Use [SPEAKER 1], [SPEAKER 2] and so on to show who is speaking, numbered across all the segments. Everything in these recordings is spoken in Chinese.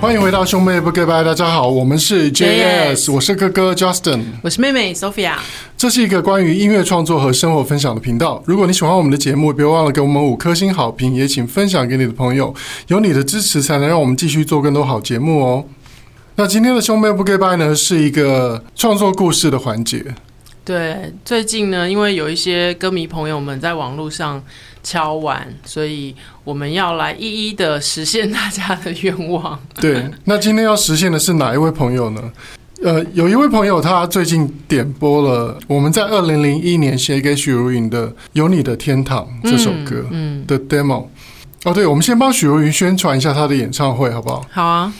[SPEAKER 1] 欢迎回到兄妹不 g o 大家好，我们是 JS，
[SPEAKER 2] JS
[SPEAKER 1] 我是哥哥 Justin。
[SPEAKER 2] 我是妹妹 Sophia，
[SPEAKER 1] 这是一个关于音乐创作和生活分享的频道。如果你喜欢我们的节目，别忘了给我们五颗星好评，也请分享给你的朋友。有你的支持，才能让我们继续做更多好节目哦。那今天的兄妹不 g o 呢，是一个创作故事的环节。
[SPEAKER 2] 对，最近呢，因为有一些歌迷朋友们在网络上敲碗，所以我们要来一一的实现大家的愿望。
[SPEAKER 1] 对，那今天要实现的是哪一位朋友呢？呃，有一位朋友他最近点播了我们在二零零一年写给许茹芸的《有你的天堂》这首歌
[SPEAKER 2] 嗯，嗯
[SPEAKER 1] 的 demo。哦，对，我们先帮许茹芸宣传一下她的演唱会，好不好？
[SPEAKER 2] 好啊。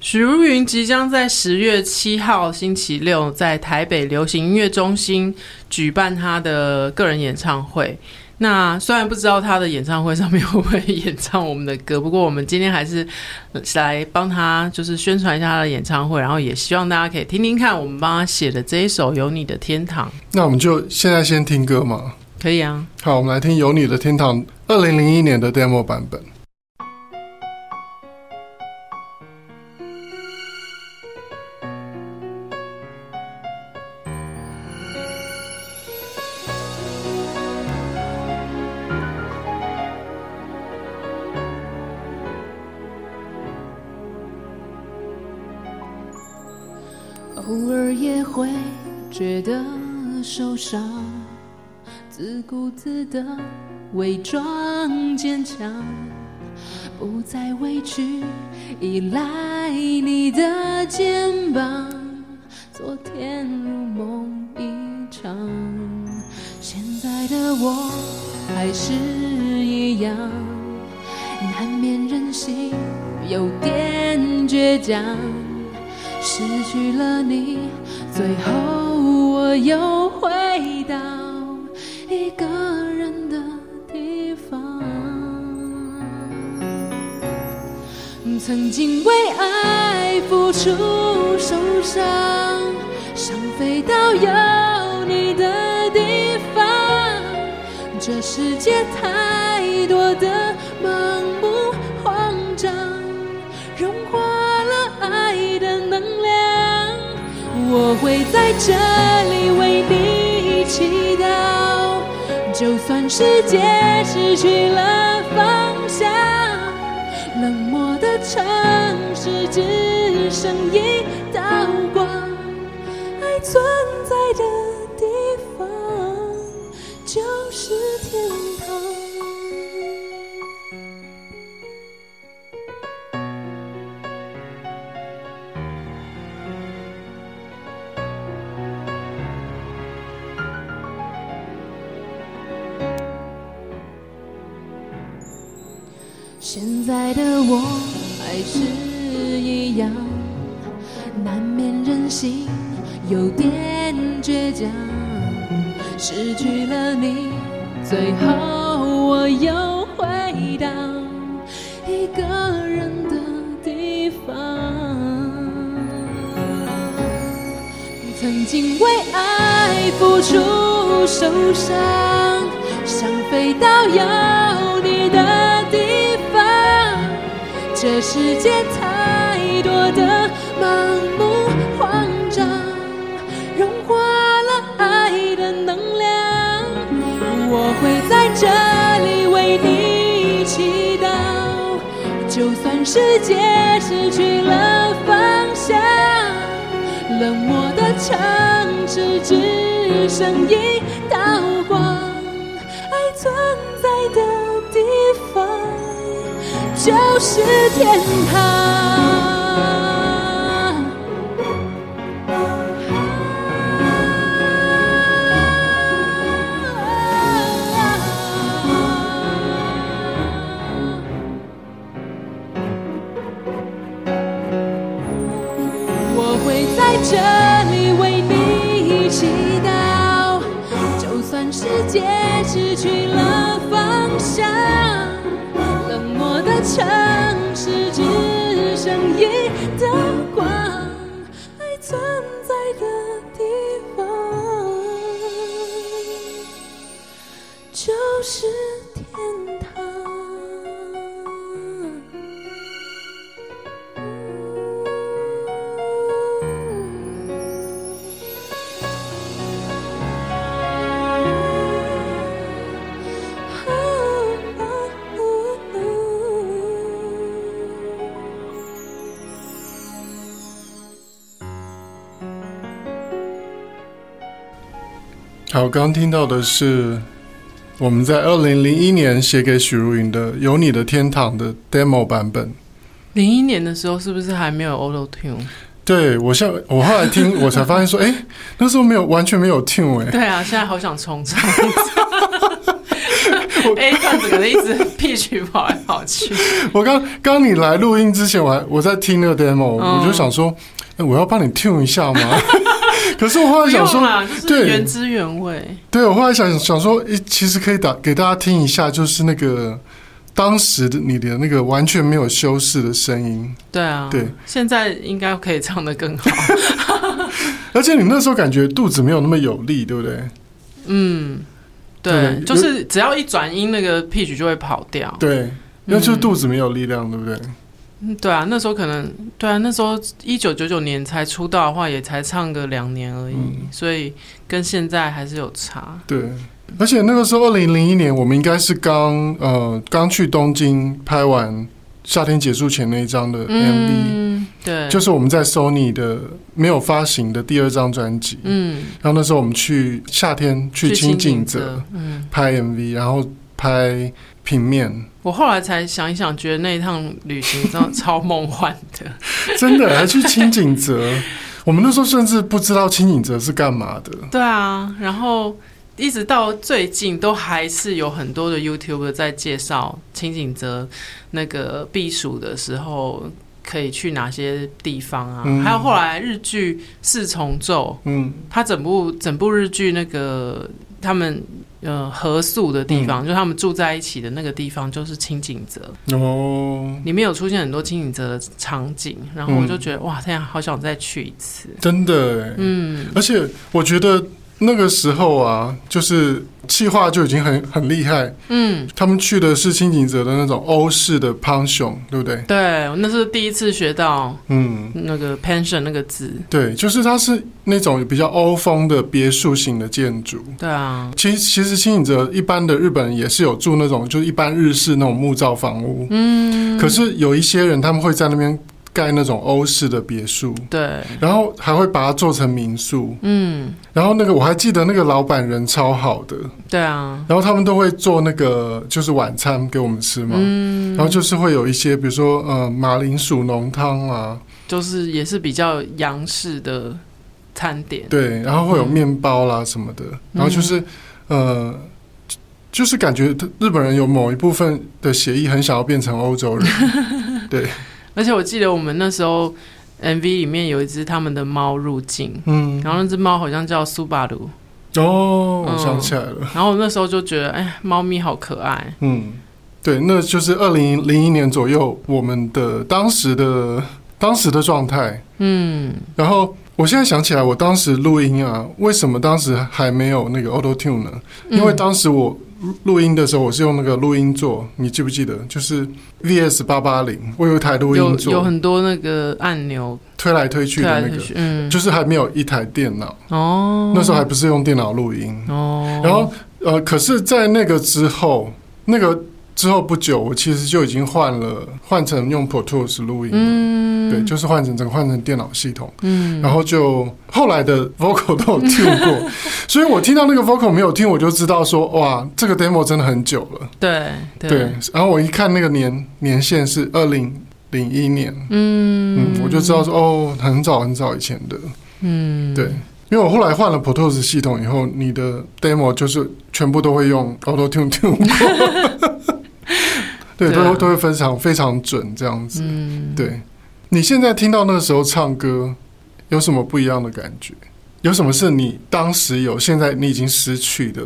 [SPEAKER 2] 许茹芸即将在十月七号星期六在台北流行音乐中心举办她的个人演唱会。那虽然不知道她的演唱会上面会不会演唱我们的歌，不过我们今天还是呃来帮她就是宣传一下她的演唱会，然后也希望大家可以听听看我们帮她写的这一首《有你的天堂》，
[SPEAKER 1] 那我们就现在先听歌嘛。
[SPEAKER 2] 可以啊？
[SPEAKER 1] 好，我们来听《有你的天堂》二零零一年的 demo 版本。
[SPEAKER 3] 偶尔也会觉得受伤，自顾自的伪装坚强，不再委屈，依赖你的肩膀。昨天如梦一场，现在的我还是一样，难免任性，有点倔强。失去了你，最后我又回到一个人的地方。曾经为爱付出受伤，想飞到有你的地方。这世界太多的盲目慌张，融化了爱的能量。我会在这里为你祈祷，就算世界失去了方向，冷漠的城市只剩一道光，爱存在的地方就是天堂。现在的我还是一样，难免任性，有点倔强。失去了你，最后我又回到一个人的地方。曾经为爱付出受伤，想飞到有你的地方。这世界太多的盲目慌张，融化了爱的能量。我会在这里为你祈祷，就算世界失去了方向。冷漠的城市只剩一道光，爱存在的地方就是天堂。Oh, 我会在这里为你祈祷，就算世界失去了方向，冷漠的城市只剩一道光，爱存在的地方就是天堂。嗯 Oh,
[SPEAKER 1] 好，刚听到的是我们在二零零一年写给许茹芸的《有你的天堂》的 demo 版本。
[SPEAKER 2] 零一年的时候是不是还没有 Auto Tune？
[SPEAKER 1] 对我现在我后来听，我才发现说，哎、那时候没有完全没有 tune 哎、
[SPEAKER 2] 对啊，现在好想哎 重唱。A 段子可能一直 P 曲跑来跑 去，
[SPEAKER 1] 我刚刚你来录音之前，我还我在听那个 demo，、
[SPEAKER 2] 嗯
[SPEAKER 1] 我就想说，哎我要帮你 tune 一下吗？ 可是我后
[SPEAKER 2] 不
[SPEAKER 1] 来想
[SPEAKER 2] 用
[SPEAKER 1] 说，
[SPEAKER 2] 啦，就是
[SPEAKER 1] 对
[SPEAKER 2] 原汁原味。
[SPEAKER 1] 对我后来想想说，诶其实可以打给大家听一下，就是那个当时的你的那个完全没有修饰的声音，
[SPEAKER 2] 对啊，
[SPEAKER 1] 对，
[SPEAKER 2] 现在应该可以唱 得更好。
[SPEAKER 1] 而且你那时候感觉肚子没有那么有力，对不对？
[SPEAKER 2] 嗯，对
[SPEAKER 1] 对，
[SPEAKER 2] 就是只要一转音，那个 P 曲就会跑掉。
[SPEAKER 1] 对，那就是肚子没有力量，对不对？
[SPEAKER 2] 嗯对啊，那时候可能对啊，那时候一九九九年才出道的话，也才唱个两年而已，
[SPEAKER 1] 嗯
[SPEAKER 2] 所以跟现在还是有差。
[SPEAKER 1] 对，而且那个时候二零零一年，我们应该是刚呃刚去东京拍完夏天结束前那一张的 MV。
[SPEAKER 2] 嗯，对，
[SPEAKER 1] 就是我们在 Sony 的没有发行的第二张专辑，
[SPEAKER 2] 嗯，
[SPEAKER 1] 然后那时候我们去夏天去清静泽，
[SPEAKER 2] 嗯，
[SPEAKER 1] 拍 MV，然后拍平面，
[SPEAKER 2] 我后来才想一想，觉得那一趟旅行真的超梦幻的。
[SPEAKER 1] 真的 还去清景泽。我们那时候甚至不知道清景泽是干嘛的，
[SPEAKER 2] 对啊，然后一直到最近都还是有很多的 YouTube 在介绍清景泽那个避暑的时候可以去哪些地方啊，
[SPEAKER 1] 嗯
[SPEAKER 2] 还有后来日剧《四重奏
[SPEAKER 1] 嗯，》，
[SPEAKER 2] 它整部整部日剧那个他们。呃，合宿的地方，就他们住在一起的那个地方，就是清景泽。
[SPEAKER 1] 哦，
[SPEAKER 2] 里面有出现很多清景泽的场景，然后我就觉得、哇，天啊，好想再去一次。
[SPEAKER 1] 真的欸，
[SPEAKER 2] 嗯，
[SPEAKER 1] 而且我觉得那个时候啊，就是气化就已经很很厉害，
[SPEAKER 2] 嗯，
[SPEAKER 1] 他们去的是清景泽的那种欧式的 pension，对不对？
[SPEAKER 2] 对，我那是第一次学到
[SPEAKER 1] 嗯，
[SPEAKER 2] 那个 pension 那个字。
[SPEAKER 1] 对，就是它是那种比较欧风的别墅型的建筑。
[SPEAKER 2] 对啊，
[SPEAKER 1] 其实，其实清影泽一般的日本人也是有住那种，就是一般日式那种木造房屋。
[SPEAKER 2] 嗯，
[SPEAKER 1] 可是有一些人他们会在那边盖那种欧式的别墅，
[SPEAKER 2] 对，
[SPEAKER 1] 然后还会把它做成民宿。
[SPEAKER 2] 嗯，
[SPEAKER 1] 然后那个我还记得那个老板人超好的，
[SPEAKER 2] 对啊，
[SPEAKER 1] 然后他们都会做那个就是晚餐给我们吃嘛。
[SPEAKER 2] 嗯，
[SPEAKER 1] 然后就是会有一些，比如说呃马铃薯浓汤啊，
[SPEAKER 2] 就是也是比较洋式的餐点。
[SPEAKER 1] 对，然后会有面包啦什么的，
[SPEAKER 2] 嗯
[SPEAKER 1] 然后就是呃，就就是感觉日本人有某一部分的协议很想要变成欧洲人，
[SPEAKER 2] 而且我记得我们那时候 MV 里面有一只他们的猫入境，
[SPEAKER 1] 嗯，
[SPEAKER 2] 然后那只猫好像叫苏巴鲁，
[SPEAKER 1] 哦，我
[SPEAKER 2] 嗯
[SPEAKER 1] 想起来了，
[SPEAKER 2] 然后我那时候就觉得，哎，猫咪好可爱。
[SPEAKER 1] 嗯，对，那就是二零零一年左右我们的当时的当时的状态，
[SPEAKER 2] 嗯，
[SPEAKER 1] 然后。我现在想起来，我当时录音啊，为什么当时还没有那个 Auto Tune 呢？因为
[SPEAKER 2] 嗯
[SPEAKER 1] 当时我录音的时候，我是用那个录音座，你记不记得？就是 VS 八八零，我有一台录音
[SPEAKER 2] 有
[SPEAKER 1] 座，
[SPEAKER 2] 有很多那个按钮
[SPEAKER 1] 推来推去
[SPEAKER 2] 推来
[SPEAKER 1] 的那
[SPEAKER 2] 推
[SPEAKER 1] 个，
[SPEAKER 2] 去，嗯，
[SPEAKER 1] 就是还没有一台电脑，
[SPEAKER 2] 哦，
[SPEAKER 1] 那时候还不是用电脑录音。
[SPEAKER 2] 哦，
[SPEAKER 1] 然后呃，可是，在那个之后，那个之后不久，我其实就已经换了，换成用 Pro Tools 录音。
[SPEAKER 2] 嗯，
[SPEAKER 1] 对，就是哦换成整个换成电脑系统，
[SPEAKER 2] 嗯，
[SPEAKER 1] 然后就后来的 vocal 都有听过，所以我听到那个 vocal 没有听，我就知道说哇，这个 demo 真的很久了。
[SPEAKER 2] 对
[SPEAKER 1] 对，然后我一看那个年年限是二零零一年，
[SPEAKER 2] 嗯
[SPEAKER 1] 嗯，我就知道说哦，很早很早以前的，
[SPEAKER 2] 嗯
[SPEAKER 1] 对，因为我后来换了 Pro Tools 系统以后，你的 demo 就是全部都会用 Auto Tune Tune 过，对，
[SPEAKER 2] 对啊
[SPEAKER 1] 都都会非常非常准这样子。
[SPEAKER 2] 嗯，
[SPEAKER 1] 对你现在听到那个时候唱歌，有什么不一样的感觉？有什么是你当时有，现在你已经失去 的？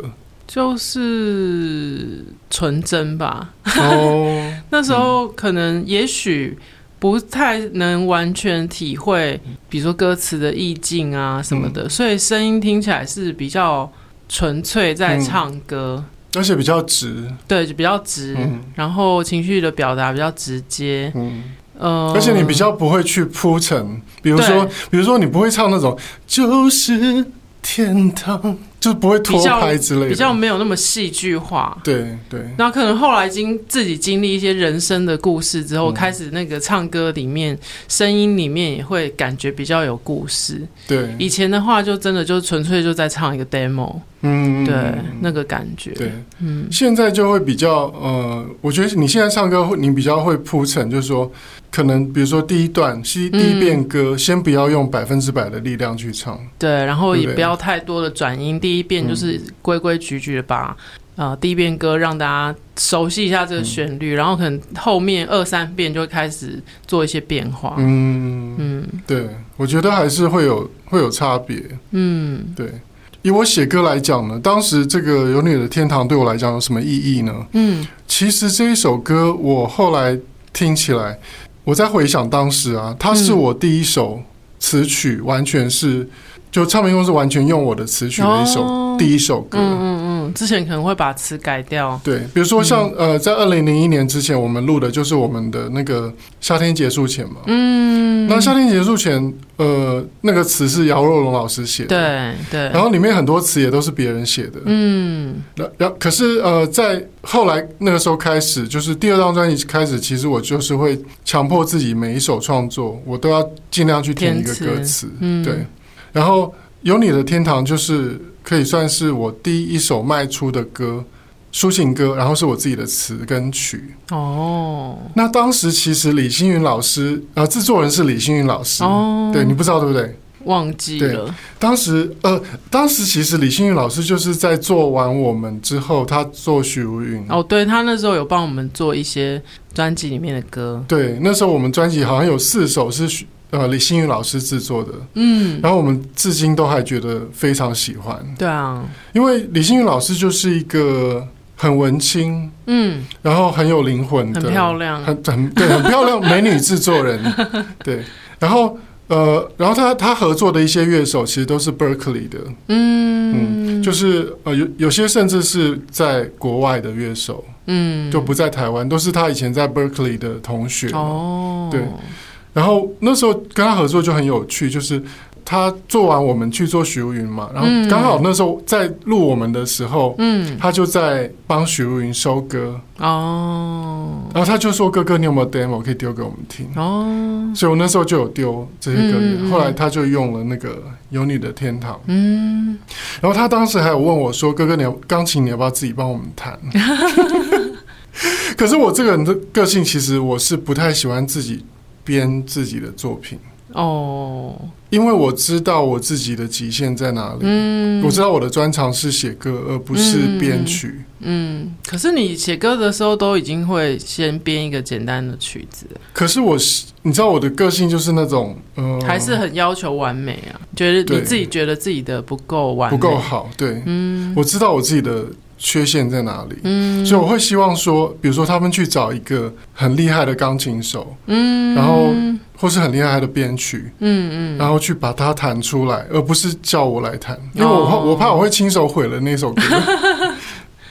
[SPEAKER 2] 就是纯真吧。
[SPEAKER 1] 哦，
[SPEAKER 2] 那时候可能也许不太能完全体会，比如说歌词的意境啊什么的，
[SPEAKER 1] 嗯
[SPEAKER 2] 所以声音听起来是比较纯粹
[SPEAKER 1] 嗯
[SPEAKER 2] 在唱歌，
[SPEAKER 1] 而且比较直，
[SPEAKER 2] 对，就比较直。
[SPEAKER 1] 嗯
[SPEAKER 2] 然后情绪的表达比较直接，
[SPEAKER 1] 嗯。
[SPEAKER 2] 呃，
[SPEAKER 1] 而且你比较不会去铺陈，比如
[SPEAKER 2] 对
[SPEAKER 1] 说，比如说你不会唱那种就是天堂就不会
[SPEAKER 2] 比
[SPEAKER 1] 拖
[SPEAKER 2] 较
[SPEAKER 1] 拍之类的，
[SPEAKER 2] 比较没有那么戏剧化。
[SPEAKER 1] 对对，
[SPEAKER 2] 那可能后来经自己经历一些人生的故事之后，
[SPEAKER 1] 嗯
[SPEAKER 2] 开始那个唱歌里面声音里面也会感觉比较有故事。
[SPEAKER 1] 对，
[SPEAKER 2] 以前的话就真的就纯粹就在唱一个 demo，、
[SPEAKER 1] 嗯，
[SPEAKER 2] 对那个感觉。
[SPEAKER 1] 对，
[SPEAKER 2] 嗯，
[SPEAKER 1] 现在就会比较呃，我觉得你现在唱歌会，你比较会铺陈，就是说，可能比如说第一段是第一遍歌，先不要用百分之百的力量去唱，
[SPEAKER 2] 对，然后
[SPEAKER 1] 对
[SPEAKER 2] 也
[SPEAKER 1] 不对
[SPEAKER 2] 不要太多的转音，第一遍就是规规矩矩的把、呃第一遍歌让大家熟悉一下这个旋
[SPEAKER 1] 嗯
[SPEAKER 2] 律，然后可能后面二三遍就会开始做一些变化。
[SPEAKER 1] 嗯，
[SPEAKER 2] 嗯
[SPEAKER 1] 对，我觉得还是会有会有差别，
[SPEAKER 2] 嗯
[SPEAKER 1] 对。以我写歌来讲呢，当时这个《有你的天堂》对我来讲有什么意义呢？
[SPEAKER 2] 嗯
[SPEAKER 1] 其实这一首歌，我后来听起来，我在回想当时啊，
[SPEAKER 2] 嗯
[SPEAKER 1] 它是我第一首词曲，完全是就唱片公司完全用我的词曲的一首、
[SPEAKER 2] 哦
[SPEAKER 1] 第一首
[SPEAKER 2] 嗯
[SPEAKER 1] 歌。
[SPEAKER 2] 嗯嗯，之前可能会把词改掉。
[SPEAKER 1] 对，比如说
[SPEAKER 2] 嗯
[SPEAKER 1] 像、呃，在二零零一年之前，我们录的就是我们的那个夏天结束前嘛。
[SPEAKER 2] 嗯，
[SPEAKER 1] 那夏天结束前，呃，那个词是姚若龙老师写的，
[SPEAKER 2] 对对，
[SPEAKER 1] 然后里面很多词也都是别人写的。
[SPEAKER 2] 嗯
[SPEAKER 1] 然然可是呃，在后来那个时候开始，就是第二张专辑开始，其实我就是会强迫自己每一首创作，我都要尽量去填一个
[SPEAKER 2] 填词
[SPEAKER 1] 歌词，
[SPEAKER 2] 嗯
[SPEAKER 1] 对。然后有你的天堂就是可以算是我第一首卖出的歌，抒情歌，然后是我自己的词跟曲。
[SPEAKER 2] 哦
[SPEAKER 1] 那当时其实李星云老师，呃，制作人是李星云老师，
[SPEAKER 2] 哦，
[SPEAKER 1] 对你不知道对不对？
[SPEAKER 2] 忘记了，
[SPEAKER 1] 当时，呃，当时其实李星云老师就是在做完我们之后，他做许茹芸，
[SPEAKER 2] 哦，对他那时候有帮我们做一些专辑里面的歌，
[SPEAKER 1] 对，那时候我们专辑好像有四首是许呃李星云老师制作的，
[SPEAKER 2] 嗯，
[SPEAKER 1] 然后我们至今都还觉得非常喜欢，
[SPEAKER 2] 对啊，
[SPEAKER 1] 因为李星云老师就是一个很文青，
[SPEAKER 2] 嗯，
[SPEAKER 1] 然后很有灵魂的，
[SPEAKER 2] 很漂亮，
[SPEAKER 1] 啊很很对，很漂亮美女制作 人，对，然后呃，然后他他合作的一些乐手其实都是 Berkeley 的，
[SPEAKER 2] 嗯，
[SPEAKER 1] 就是呃有有些甚至是在国外的乐手，
[SPEAKER 2] 嗯
[SPEAKER 1] 就不在台湾，都是他以前在 Berkeley 的同学嘛
[SPEAKER 2] 哦，
[SPEAKER 1] 对然后那时候跟他合作就很有趣，就是他做完我们去做许茹芸嘛，然
[SPEAKER 2] 嗯
[SPEAKER 1] 后刚好那时候在录我们的时候，
[SPEAKER 2] 嗯，
[SPEAKER 1] 他就在帮许茹芸收歌，
[SPEAKER 2] 哦，
[SPEAKER 1] 然后他就说：“哥哥，你有没有 demo 可以丢给我们听
[SPEAKER 2] 哦？”，
[SPEAKER 1] 所以我那时候就有丢这些歌给
[SPEAKER 2] 嗯嗯嗯
[SPEAKER 1] 他，后来他就用了那个《有你的天堂》，
[SPEAKER 2] 嗯，
[SPEAKER 1] 然后他当时还有问我说：“哥哥，你要钢琴你要不要自己帮我们弹？” 可是我这个人的个性，其实我是不太喜欢自己编自己的作品。
[SPEAKER 2] 哦，
[SPEAKER 1] 因为我知道我自己的极限在哪里，
[SPEAKER 2] 嗯，
[SPEAKER 1] 我知道我的专长是写歌，而不是编曲。
[SPEAKER 2] 嗯，可是你写歌的时候都已经会先编一个简单的曲子，
[SPEAKER 1] 可是我是，你知道我的个性就是那种，呃，
[SPEAKER 2] 还是很要求完美啊？觉得
[SPEAKER 1] 对
[SPEAKER 2] 你自己觉得自己的不够完
[SPEAKER 1] 不
[SPEAKER 2] 美，
[SPEAKER 1] 够，好。对，
[SPEAKER 2] 嗯，
[SPEAKER 1] 我知道我自己的缺陷在哪里，
[SPEAKER 2] 嗯，
[SPEAKER 1] 所以我会希望说，比如说他们去找一个很厉害的钢琴手，
[SPEAKER 2] 嗯，
[SPEAKER 1] 然后
[SPEAKER 2] 嗯
[SPEAKER 1] 或是很厉害的编曲，
[SPEAKER 2] 嗯，
[SPEAKER 1] 然后去把它弹出来，而不是叫我来弹，因为我怕
[SPEAKER 2] 哦
[SPEAKER 1] 我怕我会亲手毁了那 首歌。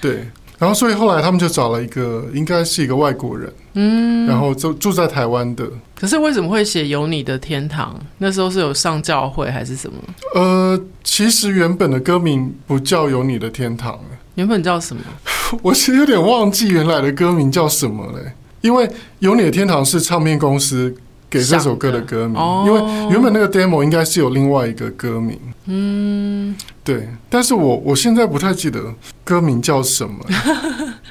[SPEAKER 1] 对，然后所以后来他们就找了一个，应该是一个外国人，
[SPEAKER 2] 嗯，
[SPEAKER 1] 然后就住在台湾的。
[SPEAKER 2] 可是为什么会写《有你的天堂》？那时候是有上教会还是什么？
[SPEAKER 1] 呃，其实原本的歌名不叫《有你的天堂》 欸，
[SPEAKER 2] 原本叫什么？
[SPEAKER 1] 我其实有点忘记原来的歌名叫什么嘞，因为《有你的天堂》是唱片公司。给这首歌的歌名，
[SPEAKER 2] 想的哦
[SPEAKER 1] 因为原本那个 demo 应该是有另外一个歌名，
[SPEAKER 2] 嗯，
[SPEAKER 1] 对，但是我我现在不太记得歌名叫什 么，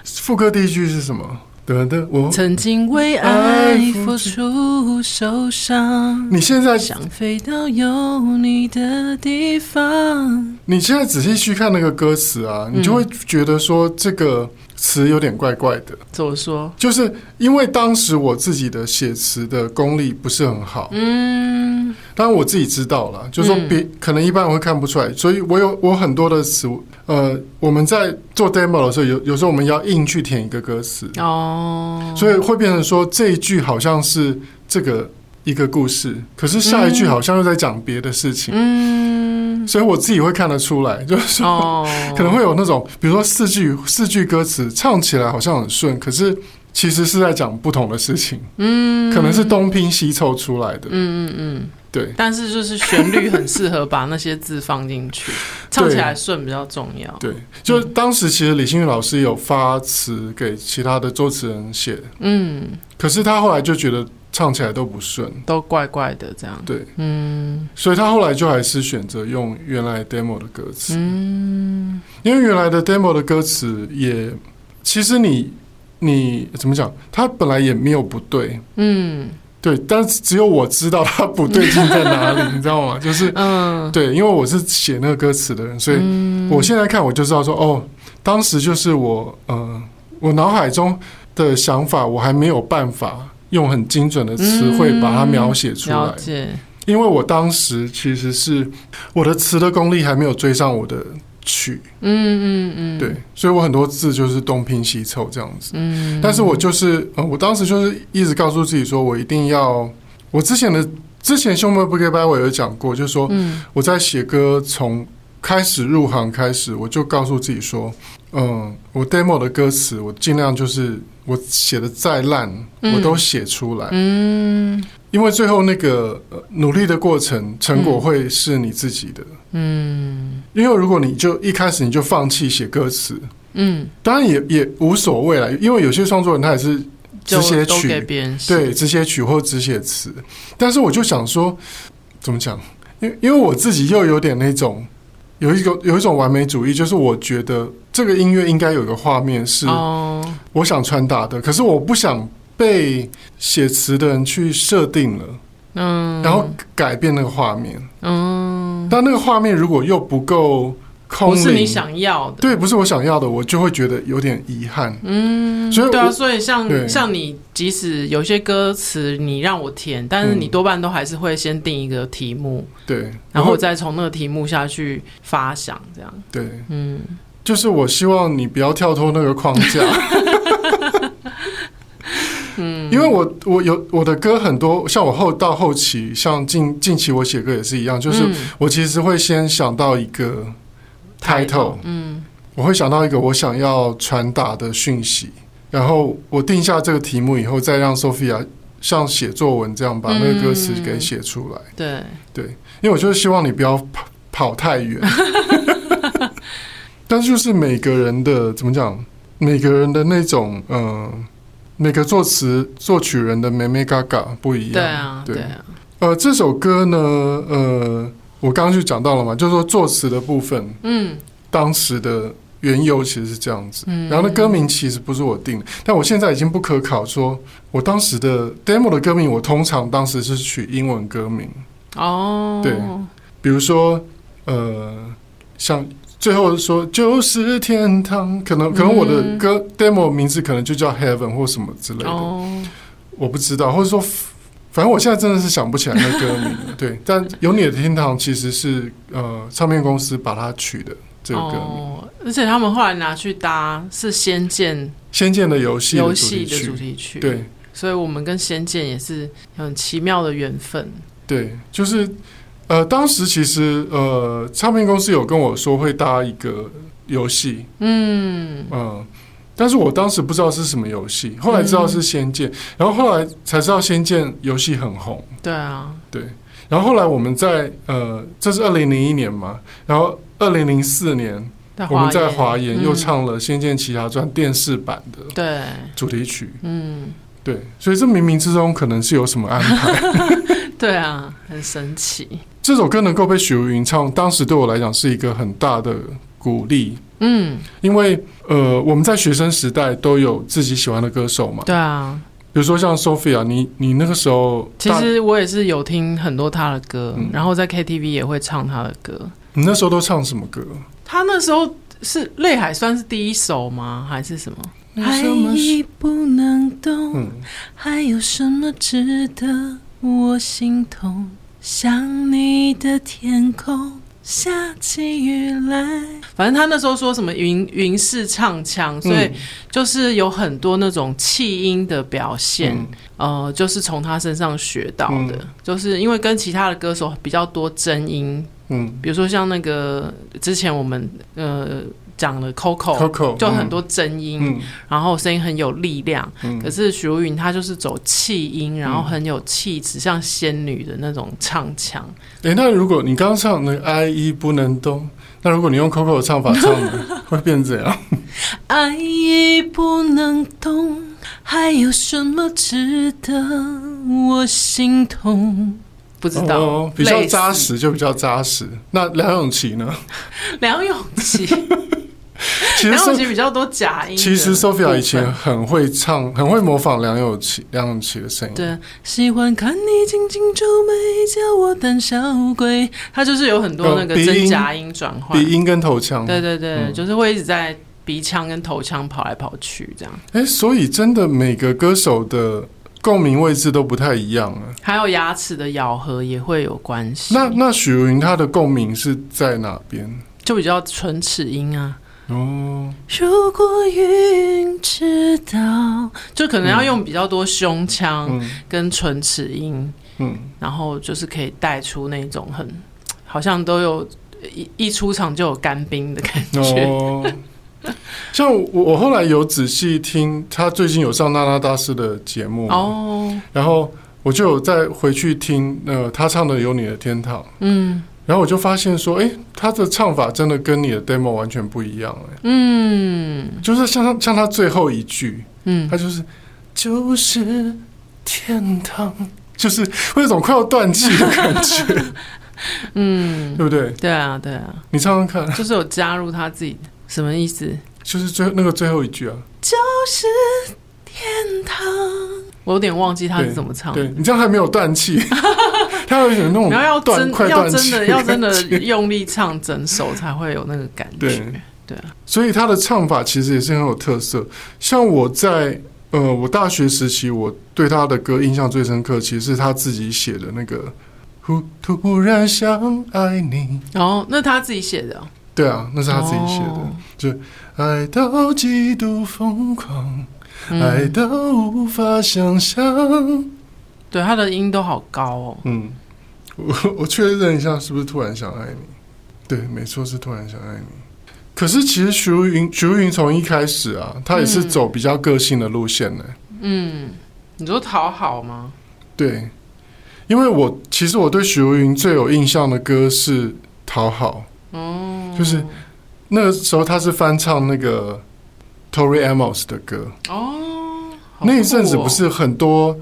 [SPEAKER 1] 副歌第一句是什么？等等，我
[SPEAKER 2] 曾经为爱付出受伤，
[SPEAKER 1] 你现在
[SPEAKER 2] 想飞到有你的地方。
[SPEAKER 1] 你现在仔细去看那个歌词啊，
[SPEAKER 2] 嗯
[SPEAKER 1] 你就会觉得说这个词有点怪怪的，
[SPEAKER 2] 怎么说？
[SPEAKER 1] 就是因为当时我自己的写词的功力不是很好，
[SPEAKER 2] 嗯
[SPEAKER 1] 当然我自己知道了，就说
[SPEAKER 2] 嗯
[SPEAKER 1] 别、可能一般人会看不出来，所以我有我很多的词，呃，我们在做 demo 的时候，有有时候我们要硬去填一个歌词，
[SPEAKER 2] 哦，
[SPEAKER 1] 所以会变成说这一句好像是这个一个故事，可是下一句好像又在讲别的事情，
[SPEAKER 2] 嗯
[SPEAKER 1] 所以我自己会看得出来，就是说，
[SPEAKER 2] 哦
[SPEAKER 1] 可能会有那种，比如说四句四句歌词唱起来好像很顺，可是其实是在讲不同的事情，
[SPEAKER 2] 嗯
[SPEAKER 1] 可能是东拼西凑出来的。
[SPEAKER 2] 嗯嗯嗯
[SPEAKER 1] 对，
[SPEAKER 2] 但是就是旋律很适合把那些字放进去，唱起来顺比较重要。
[SPEAKER 1] 对，就当时其实李新宇老师有发词给其他的作词人写，
[SPEAKER 2] 嗯，
[SPEAKER 1] 可是他后来就觉得唱起来都不顺，
[SPEAKER 2] 都怪怪的这样。
[SPEAKER 1] 对，
[SPEAKER 2] 嗯
[SPEAKER 1] 所以他后来就还是选择用原来 demo 的歌词，
[SPEAKER 2] 嗯，
[SPEAKER 1] 因为原来的 demo 的歌词也，其实你你怎么讲，他本来也没有不对，
[SPEAKER 2] 嗯
[SPEAKER 1] 对，但是只有我知道他不对劲在哪里， 你知道吗？就是
[SPEAKER 2] 嗯，
[SPEAKER 1] 对，因为我是写那个歌词的人，所以
[SPEAKER 2] 嗯
[SPEAKER 1] 我现在看我就知道说，哦，当时就是我，呃，我脑海中的想法，我还没有办法用很精准的词汇把它描写出来，
[SPEAKER 2] 嗯了解，
[SPEAKER 1] 因为我当时其实是我的词的功力还没有追上我的曲，
[SPEAKER 2] 嗯嗯嗯，
[SPEAKER 1] 对，，所以我很多字就是东拼西凑这样子。
[SPEAKER 2] 嗯，
[SPEAKER 1] 但是我就是，呃，我当时就是一直告诉自己说，我一定要，我之前的之前胸闷不给掰，我有讲过，就是说，
[SPEAKER 2] 嗯
[SPEAKER 1] 我在写歌从开始入行开始，我就告诉自己说，嗯，我 demo 的歌词，我尽量就是我写的再烂，
[SPEAKER 2] 嗯
[SPEAKER 1] 我都写出来，
[SPEAKER 2] 嗯
[SPEAKER 1] 因为最后那个呃努力的过程，成果会是你自己的。
[SPEAKER 2] 嗯
[SPEAKER 1] 因为如果你就一开始你就放弃写歌词，
[SPEAKER 2] 嗯，
[SPEAKER 1] 当然也也无所谓了，因为有些创作人他也是
[SPEAKER 2] 就
[SPEAKER 1] 只写
[SPEAKER 2] 都给
[SPEAKER 1] 曲，
[SPEAKER 2] 别人写
[SPEAKER 1] 对，，只写曲或只写词。但是我就想说，怎么讲？因为因为我自己又有点那种有一种有一种完美主义，就是我觉得这个音乐应该有一个画面是
[SPEAKER 2] 哦，
[SPEAKER 1] 我想传达的，可是我不想被写词的人去设定了，
[SPEAKER 2] 嗯，
[SPEAKER 1] 然后改变那个画面。
[SPEAKER 2] 嗯，
[SPEAKER 1] 但那个画面如果又不够空
[SPEAKER 2] 不
[SPEAKER 1] 灵，
[SPEAKER 2] 是你想要的，
[SPEAKER 1] 对，不是我想要的，我就会觉得有点遗憾。
[SPEAKER 2] 嗯，
[SPEAKER 1] 所以
[SPEAKER 2] 对啊，
[SPEAKER 1] 我
[SPEAKER 2] 所以
[SPEAKER 1] 对
[SPEAKER 2] 像像你，即使有些歌词你让我填，但是
[SPEAKER 1] 嗯
[SPEAKER 2] 你多半都还是会先定一个题目，
[SPEAKER 1] 对，
[SPEAKER 2] 然后再从那个题目下去发想，这样，
[SPEAKER 1] 对，
[SPEAKER 2] 嗯，
[SPEAKER 1] 就是我希望你不要跳脱那个框 架。嗯，因为我我有我的歌很多，像我后到后期，像近近期我写歌也是一样，就是
[SPEAKER 2] 嗯
[SPEAKER 1] 我其实会先想到一个 title，
[SPEAKER 2] 嗯
[SPEAKER 1] 我会想到一个我想要传达的讯息，然后我定下这个题目以后，再让 Sophia 像写作文这样把那
[SPEAKER 2] 嗯
[SPEAKER 1] 个歌词给写出来。
[SPEAKER 2] 对，
[SPEAKER 1] 因为我就是希望你不要跑跑太远。 但是就是每个人的怎么讲，每个人的那种嗯、呃每个作词作曲人的美美嘎嘎不一样。
[SPEAKER 2] 对啊，对啊，
[SPEAKER 1] 呃，这首歌呢，呃，我刚刚就讲到了嘛，就是说作词的部分，
[SPEAKER 2] 嗯
[SPEAKER 1] 当时的缘由其实是这样子。
[SPEAKER 2] 嗯，
[SPEAKER 1] 然后那歌名其实不是我定的，但我现在已经不可考说，我当时的 demo 的歌名，我通常当时是取英文歌名。
[SPEAKER 2] 哦，
[SPEAKER 1] 对比如说，呃，像最后说就是天堂，可能可能我的
[SPEAKER 2] 嗯
[SPEAKER 1] 歌、demo 名字可能就叫 Heaven 或什么之类的，
[SPEAKER 2] 哦，
[SPEAKER 1] 我不知道，或者说，反正我现在真的是想不起来那歌名 了。对，但有你的天堂其实是呃唱片公司把它取的这个歌名，
[SPEAKER 2] 哦，而且他们后来拿去搭是《仙剑
[SPEAKER 1] 仙剑的游》戏》
[SPEAKER 2] 游
[SPEAKER 1] 的主
[SPEAKER 2] 戏
[SPEAKER 1] 题
[SPEAKER 2] 的主
[SPEAKER 1] 曲，
[SPEAKER 2] 题曲，
[SPEAKER 1] 对，
[SPEAKER 2] 所以我们跟《仙剑》也是有很奇妙的缘分，
[SPEAKER 1] 对，就是呃当时其实呃唱片公司有跟我说会搭一个游戏，
[SPEAKER 2] 嗯
[SPEAKER 1] 嗯，但是我当时不知道是什么游戏，后来知道是《仙剑》
[SPEAKER 2] 嗯
[SPEAKER 1] 然后后来才知道《仙剑》游戏很红。，
[SPEAKER 2] 对啊，
[SPEAKER 1] 然后后来我们在呃，这是二零零一年嘛，然后二零零四年
[SPEAKER 2] 在
[SPEAKER 1] 我们在
[SPEAKER 2] 华
[SPEAKER 1] 华研又唱了《仙剑奇侠传》电视版的
[SPEAKER 2] 嗯对，
[SPEAKER 1] 主题曲。
[SPEAKER 2] 嗯，
[SPEAKER 1] 对，所以这冥冥之中可能是有什么安 排。
[SPEAKER 2] 对啊，很神奇，
[SPEAKER 1] 这首歌能够被许茹芸唱，当时对我来讲是一个很大的鼓励。
[SPEAKER 2] 嗯，
[SPEAKER 1] 因为呃，我们在学生时代都有自己喜欢的歌手嘛，
[SPEAKER 2] 对啊，
[SPEAKER 1] 比如说像 Sophia，你你那个时候
[SPEAKER 2] 其
[SPEAKER 1] 大
[SPEAKER 2] 实我也是有听很多他的歌，
[SPEAKER 1] 嗯
[SPEAKER 2] 然后在 KTV 也会唱他的歌。
[SPEAKER 1] 你那时候都唱什么歌？
[SPEAKER 2] 他那时候是《泪海》算是第一首吗？还是什么？
[SPEAKER 1] 那什么是
[SPEAKER 2] 不能动
[SPEAKER 1] 嗯，
[SPEAKER 2] 还有什么值得我心痛？想你的天空下起雨来。反正他那时候说什么云云式唱腔，所以
[SPEAKER 1] 嗯
[SPEAKER 2] 就是有很多那种气音的表现，
[SPEAKER 1] 嗯
[SPEAKER 2] 呃，就是从他身上学到的，
[SPEAKER 1] 嗯
[SPEAKER 2] 就是因为跟其他的歌手比较多真音，
[SPEAKER 1] 嗯
[SPEAKER 2] 比如说像那个之前我们呃讲了
[SPEAKER 1] 嗯
[SPEAKER 2] Coco，,
[SPEAKER 1] Coco，
[SPEAKER 2] 就很多真音，
[SPEAKER 1] 嗯，
[SPEAKER 2] 然后声音很有力量。
[SPEAKER 1] 嗯
[SPEAKER 2] 可是许茹芸她就是走气音，然后很有气质，像仙女的那种唱腔。
[SPEAKER 1] 诶，那如果你刚刚唱那个爱已不能动，那如果你用 Coco 的唱法唱 呢，会变怎样？
[SPEAKER 2] 爱已不能动，还有什么值得我心痛？不知道，
[SPEAKER 1] 哦比较
[SPEAKER 2] 类似
[SPEAKER 1] 扎。实就比较扎实。那梁咏琪 呢？
[SPEAKER 2] 梁咏 琪，
[SPEAKER 1] 其实
[SPEAKER 2] 梁咏
[SPEAKER 1] Sophia-
[SPEAKER 2] 琪比较多假音的部分。
[SPEAKER 1] 其实 Sophia 以前很会唱，很会模仿梁咏琪梁咏琪的声音。
[SPEAKER 2] 对，喜欢看你紧紧皱眉，叫我胆小鬼。他就是有很多那个
[SPEAKER 1] 哦鼻音
[SPEAKER 2] 真假音转换，
[SPEAKER 1] 哦鼻音跟头腔。
[SPEAKER 2] 对对对，
[SPEAKER 1] 嗯
[SPEAKER 2] 就是会一直在鼻腔跟头腔跑来跑去这样。
[SPEAKER 1] 哎、所以真的每个歌手的共鸣位置都不太一样啊。
[SPEAKER 2] 还有牙齿的咬合也会有关系，
[SPEAKER 1] 那那许茹芸她的共鸣是在哪边？
[SPEAKER 2] 就比较唇齿音啊。
[SPEAKER 1] 哦，
[SPEAKER 2] 如果云知道，就可能要用比较多胸腔
[SPEAKER 1] 嗯
[SPEAKER 2] 跟唇齿音，
[SPEAKER 1] 嗯，
[SPEAKER 2] 然后就是可以带出那种很好像都有一一出场就有干冰的感觉。
[SPEAKER 1] 哦。 像我，我后来有仔细听她最近有上娜娜大师的节目，
[SPEAKER 2] 哦，
[SPEAKER 1] 然后我就有再回去听呃她唱的《有你的天堂》，
[SPEAKER 2] 嗯
[SPEAKER 1] 然后我就发现说，哎，她的唱法真的跟你的 demo 完全不一样、诶
[SPEAKER 2] 嗯
[SPEAKER 1] 就是像她像她最后一句，
[SPEAKER 2] 嗯，
[SPEAKER 1] 他就是就是天堂，就是会有种快要断气的感觉， 嗯，对不对？
[SPEAKER 2] 对啊对啊，
[SPEAKER 1] 你唱唱看，
[SPEAKER 2] 就是有加入他自己的什么意思？
[SPEAKER 1] 就是最那个最后一句啊，
[SPEAKER 2] 就是天堂。我有点忘记他是怎么唱的
[SPEAKER 1] 对。你这样还没有断气， 他有一种那种
[SPEAKER 2] 然后要
[SPEAKER 1] 哦断
[SPEAKER 2] 真
[SPEAKER 1] 快
[SPEAKER 2] 要
[SPEAKER 1] 断
[SPEAKER 2] 真
[SPEAKER 1] 气
[SPEAKER 2] 的要
[SPEAKER 1] 感
[SPEAKER 2] 真的
[SPEAKER 1] 觉
[SPEAKER 2] 用力唱整首才会有那个感
[SPEAKER 1] 对
[SPEAKER 2] 觉。
[SPEAKER 1] 所以他的唱法其实也是很有特色。像我在呃，我大学时期，我对他的歌印象最深刻，其实是他自己写的那个《忽突然想爱你》。
[SPEAKER 2] 然后那他自己写的哦，
[SPEAKER 1] 对啊，那是他自己写的。
[SPEAKER 2] 哦
[SPEAKER 1] 爱到极度疯狂，爱
[SPEAKER 2] 嗯，
[SPEAKER 1] 到无法想象。
[SPEAKER 2] 对，他的音都好高哦。
[SPEAKER 1] 嗯，我我确认一下，是不是突然想爱你？对，没错，是突然想爱你。可是其实徐若云，徐若云从一开始啊，她也是
[SPEAKER 2] 嗯
[SPEAKER 1] 走比较个性的路线呢、
[SPEAKER 2] 嗯，你说讨好吗？
[SPEAKER 1] 对，因为我其实我对许茹芸最有印象的歌是《讨好
[SPEAKER 2] 哦，
[SPEAKER 1] 就是那个时候她是翻唱那个 Tori Amos 的歌。
[SPEAKER 2] 哦，好
[SPEAKER 1] 那一阵子
[SPEAKER 2] 酷哦
[SPEAKER 1] 不是很多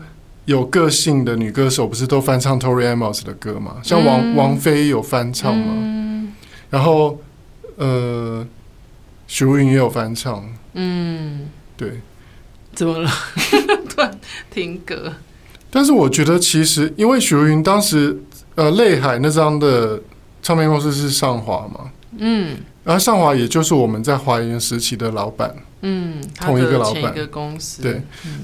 [SPEAKER 1] 有个性的女歌手，不是都翻唱 Tori Amos 的歌嘛？像王、
[SPEAKER 2] 嗯
[SPEAKER 1] 王菲有翻唱嘛，
[SPEAKER 2] 嗯
[SPEAKER 1] 然后呃，许茹芸也有翻唱，
[SPEAKER 2] 嗯，
[SPEAKER 1] 对。
[SPEAKER 2] 怎么了？ 突然停格。
[SPEAKER 1] 但是我觉得其实，因为许茹芸当时呃，泪海那张的唱片公司是上华嘛，
[SPEAKER 2] 嗯
[SPEAKER 1] 然后上华也就是我们在华研时期的老板。
[SPEAKER 2] 嗯，他
[SPEAKER 1] 同一
[SPEAKER 2] 的
[SPEAKER 1] 个老
[SPEAKER 2] 前
[SPEAKER 1] 板
[SPEAKER 2] 一个公司
[SPEAKER 1] 对，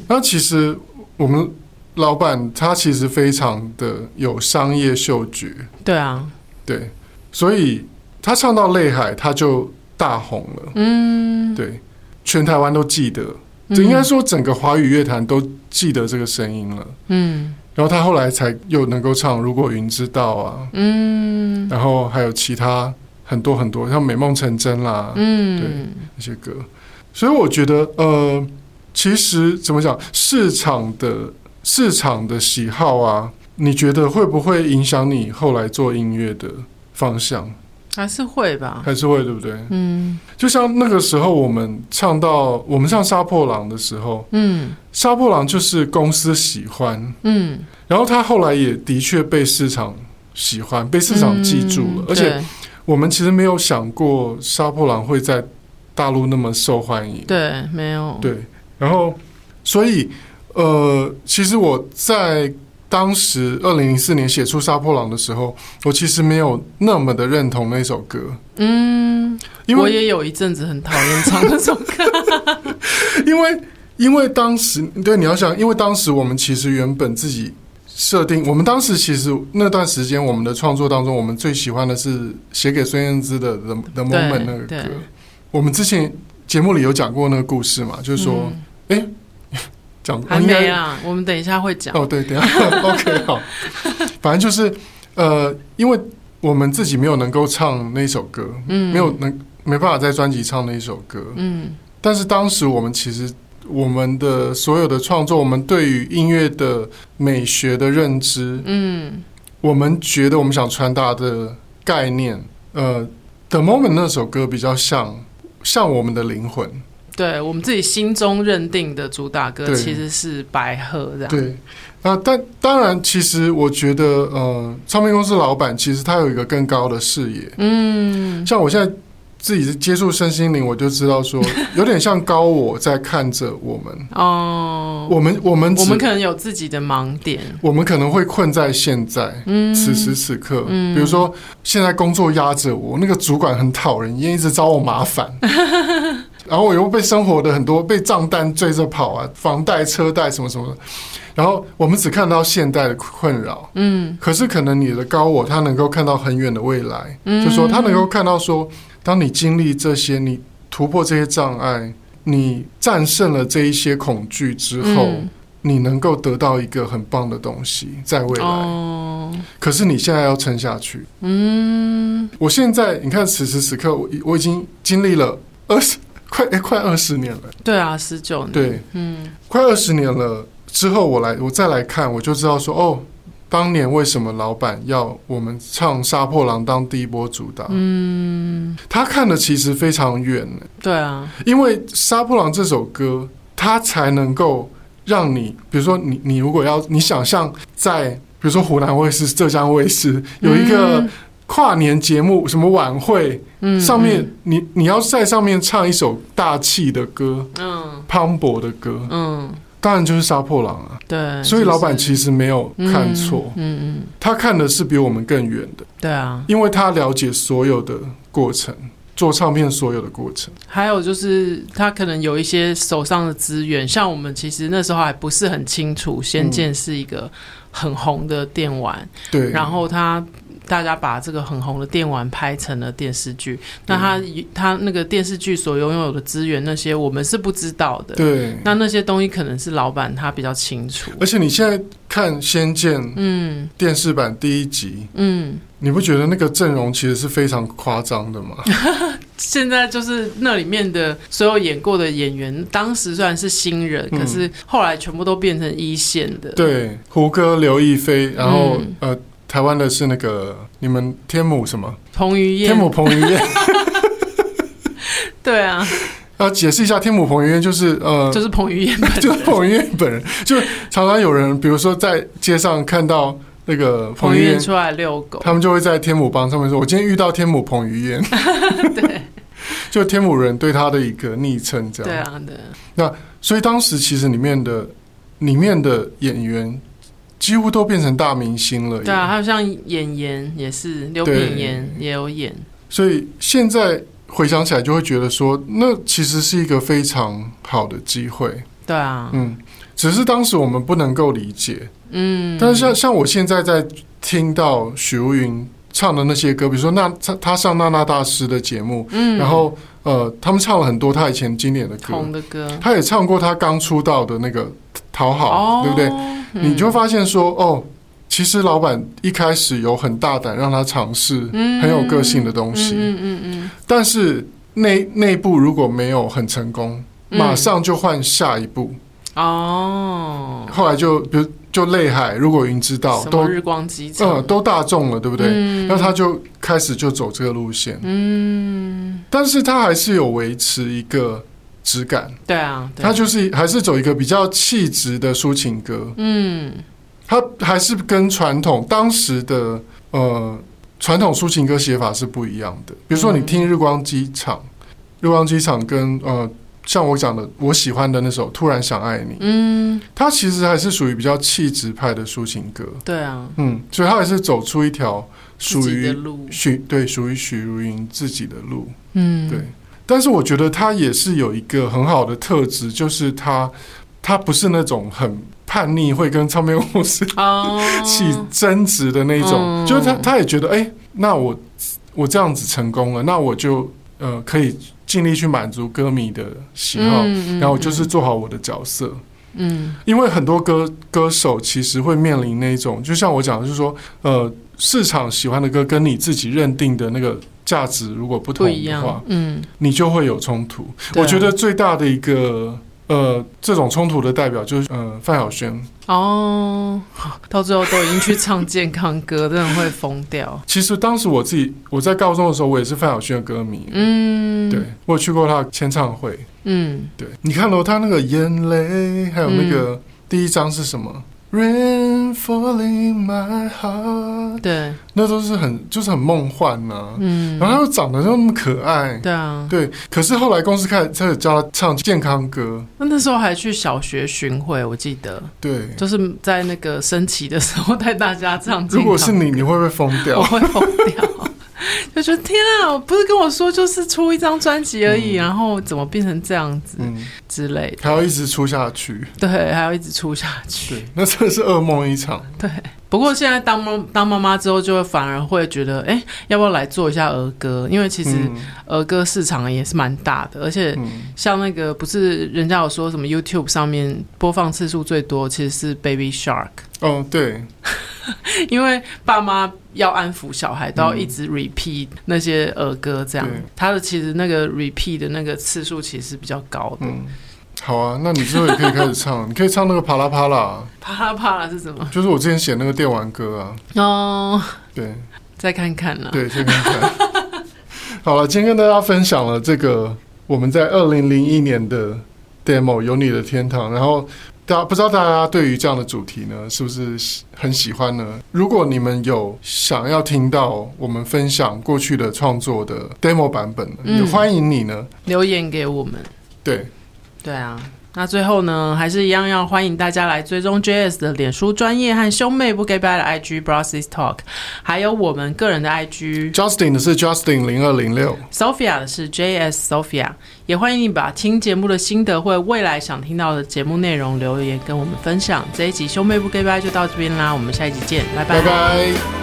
[SPEAKER 1] 那其实我们老板他其实非常的有商业嗅觉，
[SPEAKER 2] 对啊，
[SPEAKER 1] 对，所以他唱到《泪海》，他就大红了，
[SPEAKER 2] 嗯，
[SPEAKER 1] 对，全台湾都记得，
[SPEAKER 2] 嗯
[SPEAKER 1] 这应该说整个华语乐坛都记得这个声音了。
[SPEAKER 2] 嗯
[SPEAKER 1] 然后他后来才又能够唱《如果云知道》啊，
[SPEAKER 2] 嗯
[SPEAKER 1] 然后还有其他很多很多，像《美梦成真》啦、
[SPEAKER 2] 嗯，
[SPEAKER 1] 那些歌，所以我觉得，呃，其实怎么讲，市场的市场的喜好啊，你觉得会不会影响你后来做音乐的方向？
[SPEAKER 2] 还是会吧。
[SPEAKER 1] 还是会，对不对？
[SPEAKER 2] 嗯
[SPEAKER 1] 就像那个时候我们唱到我们唱《杀破狼》的时候，
[SPEAKER 2] 嗯
[SPEAKER 1] 《杀破狼》就是公司喜欢，
[SPEAKER 2] 嗯，
[SPEAKER 1] 然后他后来也的确被市场喜欢，被市场记住了。
[SPEAKER 2] 嗯
[SPEAKER 1] 而且
[SPEAKER 2] 对
[SPEAKER 1] 我们其实没有想过《杀破狼》会在大陆那么受欢迎。
[SPEAKER 2] 对没有
[SPEAKER 1] 对，然后所以呃，其实我在当时二零零四年写出《杀破狼》的时候，我其实没有那么的认同那首歌，
[SPEAKER 2] 嗯，
[SPEAKER 1] 因为
[SPEAKER 2] 我也有一阵子很讨厌唱那首歌。
[SPEAKER 1] 因为因为当时对你要想，因为当时我们其实原本自己设定，我们当时其实那段时间我们的创作当中，我们最喜欢的是写给孙燕姿的《The The
[SPEAKER 2] 对
[SPEAKER 1] Moment》那个歌
[SPEAKER 2] 对。
[SPEAKER 1] 我们之前节目里有讲过那个故事嘛， 就是说
[SPEAKER 2] 嗯
[SPEAKER 1] 讲、
[SPEAKER 2] 还
[SPEAKER 1] 应
[SPEAKER 2] 没
[SPEAKER 1] 该
[SPEAKER 2] 啊，我们等一下会讲。
[SPEAKER 1] 哦，对，等一下 OK 好， 反正就是呃，因为我们自己没有能够唱那首歌，
[SPEAKER 2] 嗯，
[SPEAKER 1] 没有能没办法在专辑唱那一首歌。
[SPEAKER 2] 嗯
[SPEAKER 1] 但是当时我们其实我们的所有的创作，我们对于音乐的美学的认知，
[SPEAKER 2] 嗯
[SPEAKER 1] 我们觉得我们想传达的概念，呃，《The Moment》那首歌比较像像我们的灵魂，
[SPEAKER 2] 对我们自己心中认定的主打歌
[SPEAKER 1] 对
[SPEAKER 2] 其实是白鹤这样，
[SPEAKER 1] 对。那但当然，其实我觉得，呃，唱片公司老板其实他有一个更高的视野，
[SPEAKER 2] 嗯
[SPEAKER 1] 像我现在。自己接触身心灵，我就知道说，有点像高我在看着我们，
[SPEAKER 2] 哦，
[SPEAKER 1] 我们我们只
[SPEAKER 2] 我们可能有自己的盲点，
[SPEAKER 1] 我们可能会困在现在，
[SPEAKER 2] 嗯，
[SPEAKER 1] 此时此刻，
[SPEAKER 2] 嗯
[SPEAKER 1] 比如说现在工作压着我，那个主管很讨人厌，一直找我麻 烦，然后我又被生活的很多被账单追着跑啊，房贷、车贷什么什么的，然后我们只看到现代的困扰，
[SPEAKER 2] 嗯
[SPEAKER 1] 可是可能你的高我他能够看到很远的未来，
[SPEAKER 2] 嗯，
[SPEAKER 1] 就说他能够看到说，当你经历这些，你突破这些障碍，你战胜了这一些恐惧之后。
[SPEAKER 2] 嗯
[SPEAKER 1] 你能够得到一个很棒的东西，在未来。
[SPEAKER 2] 哦，
[SPEAKER 1] 可是你现在要撑下去。
[SPEAKER 2] 嗯
[SPEAKER 1] 我现在，你看，此时此刻，我已我已经经历了二十 快诶快二十年了，
[SPEAKER 2] 对啊，十九年，
[SPEAKER 1] 对，
[SPEAKER 2] 嗯
[SPEAKER 1] 快二十年了。之后我来，我再来看，我就知道说，哦，当年为什么老板要我们唱《杀破狼》当第一波主打？
[SPEAKER 2] 嗯，
[SPEAKER 1] 他看的其实非常远，
[SPEAKER 2] 对啊，
[SPEAKER 1] 因为《杀破狼》这首歌，它才能够让你，比如说你你如果要你想象在，比如说湖南卫视、浙江卫视有一个
[SPEAKER 2] 嗯
[SPEAKER 1] 跨年节目，什么晚会，
[SPEAKER 2] 嗯
[SPEAKER 1] 上面你你要在上面唱一首大气的歌、
[SPEAKER 2] 嗯
[SPEAKER 1] 磅礴的歌，
[SPEAKER 2] 嗯，
[SPEAKER 1] 当然就是《杀破狼》啊。
[SPEAKER 2] 对，
[SPEAKER 1] 所以老板
[SPEAKER 2] 实
[SPEAKER 1] 其实没有看错，
[SPEAKER 2] 嗯嗯嗯，
[SPEAKER 1] 他看的是比我们更远的，
[SPEAKER 2] 对啊，
[SPEAKER 1] 因为他了解所有的过程，做唱片所有的过程。
[SPEAKER 2] 还有就是他可能有一些手上的资源，像我们其实那时候还不是很清楚，《
[SPEAKER 1] 嗯
[SPEAKER 2] 仙剑》是一个很红的电玩，
[SPEAKER 1] 对，
[SPEAKER 2] 然后他。大家把这个很红的电玩拍成了电视剧，那他
[SPEAKER 1] 嗯
[SPEAKER 2] 他那个电视剧所拥有的资源那些我们是不知道的，
[SPEAKER 1] 对，
[SPEAKER 2] 那那些东西可能是老板他比较清楚。
[SPEAKER 1] 而且你现在看《仙剑》
[SPEAKER 2] 嗯
[SPEAKER 1] 电视版第一集，
[SPEAKER 2] 嗯，
[SPEAKER 1] 你不觉得那个阵容其实是非常夸张的 吗？
[SPEAKER 2] 现在就是那里面的所有演过的演员，当时虽然是新人，
[SPEAKER 1] 嗯
[SPEAKER 2] 可是后来全部都变成一线的。，
[SPEAKER 1] 对，胡歌、刘亦菲，然后、
[SPEAKER 2] 嗯
[SPEAKER 1] 呃，台湾的是那个你们天母什么？
[SPEAKER 2] 彭于晏
[SPEAKER 1] 天，母彭于 晏。
[SPEAKER 2] 对啊，
[SPEAKER 1] 要解释一下，天母彭于晏就是呃，
[SPEAKER 2] 就是彭于晏本人
[SPEAKER 1] 就是彭于晏本人，就是常常有人，比如说在街上看到那个
[SPEAKER 2] 彭
[SPEAKER 1] 彭
[SPEAKER 2] 于
[SPEAKER 1] 于
[SPEAKER 2] 晏
[SPEAKER 1] 晏，
[SPEAKER 2] 出来遛狗。
[SPEAKER 1] 他们就会在天母帮上面说：“我今天遇到天母彭于晏。”
[SPEAKER 2] 对，
[SPEAKER 1] 就天母人对他的一个昵称，这样。
[SPEAKER 2] 对啊，对啊，
[SPEAKER 1] 所以当时其实里面的里面的演员几乎都变成大明星了。
[SPEAKER 2] 对啊，。还有像演员也是，刘
[SPEAKER 1] 对
[SPEAKER 2] 品言也有演。
[SPEAKER 1] 所以现在回想起来，就会觉得说，那其实是一个非常好的机会。
[SPEAKER 2] 对啊，
[SPEAKER 1] 嗯，只是当时我们不能够理解。
[SPEAKER 2] 嗯，
[SPEAKER 1] 但是像像我现在在听到许茹芸唱的那些歌，比如说那她她上娜娜大师的节目，
[SPEAKER 2] 嗯，
[SPEAKER 1] 然后呃，他们唱了很多她以前经典的歌
[SPEAKER 2] 红，的歌，
[SPEAKER 1] 她也唱过她刚出道的那个《讨好》，
[SPEAKER 2] 哦
[SPEAKER 1] 对不对？
[SPEAKER 2] 对
[SPEAKER 1] 你就发现说，哦，其实老板一开始有很大胆让他尝试
[SPEAKER 2] 嗯
[SPEAKER 1] 很有个性的东西，
[SPEAKER 2] 嗯嗯嗯
[SPEAKER 1] 但是内内部如果没有很成功，
[SPEAKER 2] 嗯，
[SPEAKER 1] 马上就换下一步。
[SPEAKER 2] 嗯哦，
[SPEAKER 1] 后来就比如就泪海，如果云知道
[SPEAKER 2] 什
[SPEAKER 1] 都
[SPEAKER 2] 么日光机场，
[SPEAKER 1] 呃都大众了，对不对？
[SPEAKER 2] 嗯
[SPEAKER 1] 那他就开始就走这个路线，
[SPEAKER 2] 嗯，
[SPEAKER 1] 但是他还是有维持一个质感，
[SPEAKER 2] 对啊，对啊
[SPEAKER 1] 他就是还是走一个比较气质的抒情歌，
[SPEAKER 2] 嗯
[SPEAKER 1] 它还是跟传统当时的呃传统抒情歌写法是不一样的。比如说，你
[SPEAKER 2] 嗯
[SPEAKER 1] 听《日光机场》，日光机场》跟呃像我讲的我喜欢的那首《突然想爱你》，
[SPEAKER 2] 嗯，
[SPEAKER 1] 它其实还是属于比较气质派的抒情歌。
[SPEAKER 2] 对啊，
[SPEAKER 1] 嗯，所以它还是走出一条属
[SPEAKER 2] 自己的
[SPEAKER 1] 于
[SPEAKER 2] 路，
[SPEAKER 1] 许对属于许茹芸自己的路。
[SPEAKER 2] 嗯，
[SPEAKER 1] 对，但是我觉得他也是有一个很好的特质，就是他他不是那种很叛逆，会跟唱片公司
[SPEAKER 2] 哦，
[SPEAKER 1] 起争执的那一种，
[SPEAKER 2] 嗯
[SPEAKER 1] 就是他他也觉得，哎、那我我这样子成功了，那我就呃可以尽力去满足歌迷的喜好，
[SPEAKER 2] 嗯
[SPEAKER 1] 然后就是，做好我的角色。
[SPEAKER 2] 嗯
[SPEAKER 1] 因为很多歌歌手其实会面临那一种，就像我讲的，就是说，呃，市场喜欢的歌跟你自己认定的那个价值如果不同
[SPEAKER 2] 不一
[SPEAKER 1] 的
[SPEAKER 2] 样
[SPEAKER 1] 话，，
[SPEAKER 2] 嗯，
[SPEAKER 1] 你就会有冲突。
[SPEAKER 2] 对啊
[SPEAKER 1] 我觉得最大的一个呃，这种冲突的代表就是呃，范晓萱。
[SPEAKER 2] 哦，到最后都已经去唱健康歌，真的会疯掉。
[SPEAKER 1] 其实当时我自己我在高中的时候，我也是范晓萱的歌迷。
[SPEAKER 2] 嗯，
[SPEAKER 1] 对，，我有去过她的签唱会。
[SPEAKER 2] 嗯，
[SPEAKER 1] 对，你看到她那个眼泪，还有那个第一张是什么、r a i n falling my heart，
[SPEAKER 2] 对，
[SPEAKER 1] 那都是很就是很梦幻呐、
[SPEAKER 2] 嗯，
[SPEAKER 1] 然后她又长得那么可爱，
[SPEAKER 2] 对啊，
[SPEAKER 1] 对。可是后来公司开始开始教她唱健康歌，
[SPEAKER 2] 那那时候还去小学巡回，我记得
[SPEAKER 1] 对。
[SPEAKER 2] 就是在那个升旗的时候带大家唱健康歌。
[SPEAKER 1] 如果是你，你会不会疯掉
[SPEAKER 2] 我？会疯掉，就觉得天啊，不是跟我说就是出一张专辑而已，
[SPEAKER 1] 嗯
[SPEAKER 2] 然后怎么变成这样子
[SPEAKER 1] 嗯，
[SPEAKER 2] 之类的？
[SPEAKER 1] 还要一直出下去，
[SPEAKER 2] 对，还要一直出下去
[SPEAKER 1] 对。，那真的是噩梦一场。
[SPEAKER 2] 不过现在当妈当妈妈之后，就会反而会觉得，哎，要不要来做一下儿歌？因为其实
[SPEAKER 1] 嗯
[SPEAKER 2] 儿歌市场也是蛮大的，而且
[SPEAKER 1] 嗯
[SPEAKER 2] 像那个不是人家有说什么 YouTube 上面播放次数最多，其实是 Baby Shark，
[SPEAKER 1] 哦，对，
[SPEAKER 2] 因为爸妈要安抚小孩，都要一直 repeat 那些儿歌，这样
[SPEAKER 1] 对
[SPEAKER 2] 他的其实那个 repeat 的那个次数其实是比较高 的。
[SPEAKER 1] 嗯，好啊，那你之后也可以开始唱，你可以唱那个啪啦啪啦，
[SPEAKER 2] 啪啦啪啦是什么？
[SPEAKER 1] 就是我之前写那个电玩歌啊。
[SPEAKER 2] 哦，
[SPEAKER 1] 对
[SPEAKER 2] 再看看啦。
[SPEAKER 1] 对，先看看。 好了，今天跟大家分享了这个我们在二零零一年的 demo《有你的天堂》，然后大家不知道大家对于这样的主题呢，是不是喜很喜欢呢？如果你们有想要听到我们分享过去的创作的 demo 版本，
[SPEAKER 2] 嗯
[SPEAKER 1] 也欢迎你呢。
[SPEAKER 2] 留言给我们。
[SPEAKER 1] 对，
[SPEAKER 2] 对啊，那最后呢，还是一样要欢迎大家来追踪 JS 的脸书专业和兄妹不 gay bye 的 IG Brosses Talk，还有我们个人的 IG。
[SPEAKER 1] Justin 的是 Justin 零二零六，
[SPEAKER 2] Sophia 的是 JS Sophia，也欢迎你把听节目的心得或未来想听到的节目内容留言跟我们分享。这一集兄妹不 gay bye 就到这边啦，我们下一集见，拜
[SPEAKER 1] 拜拜。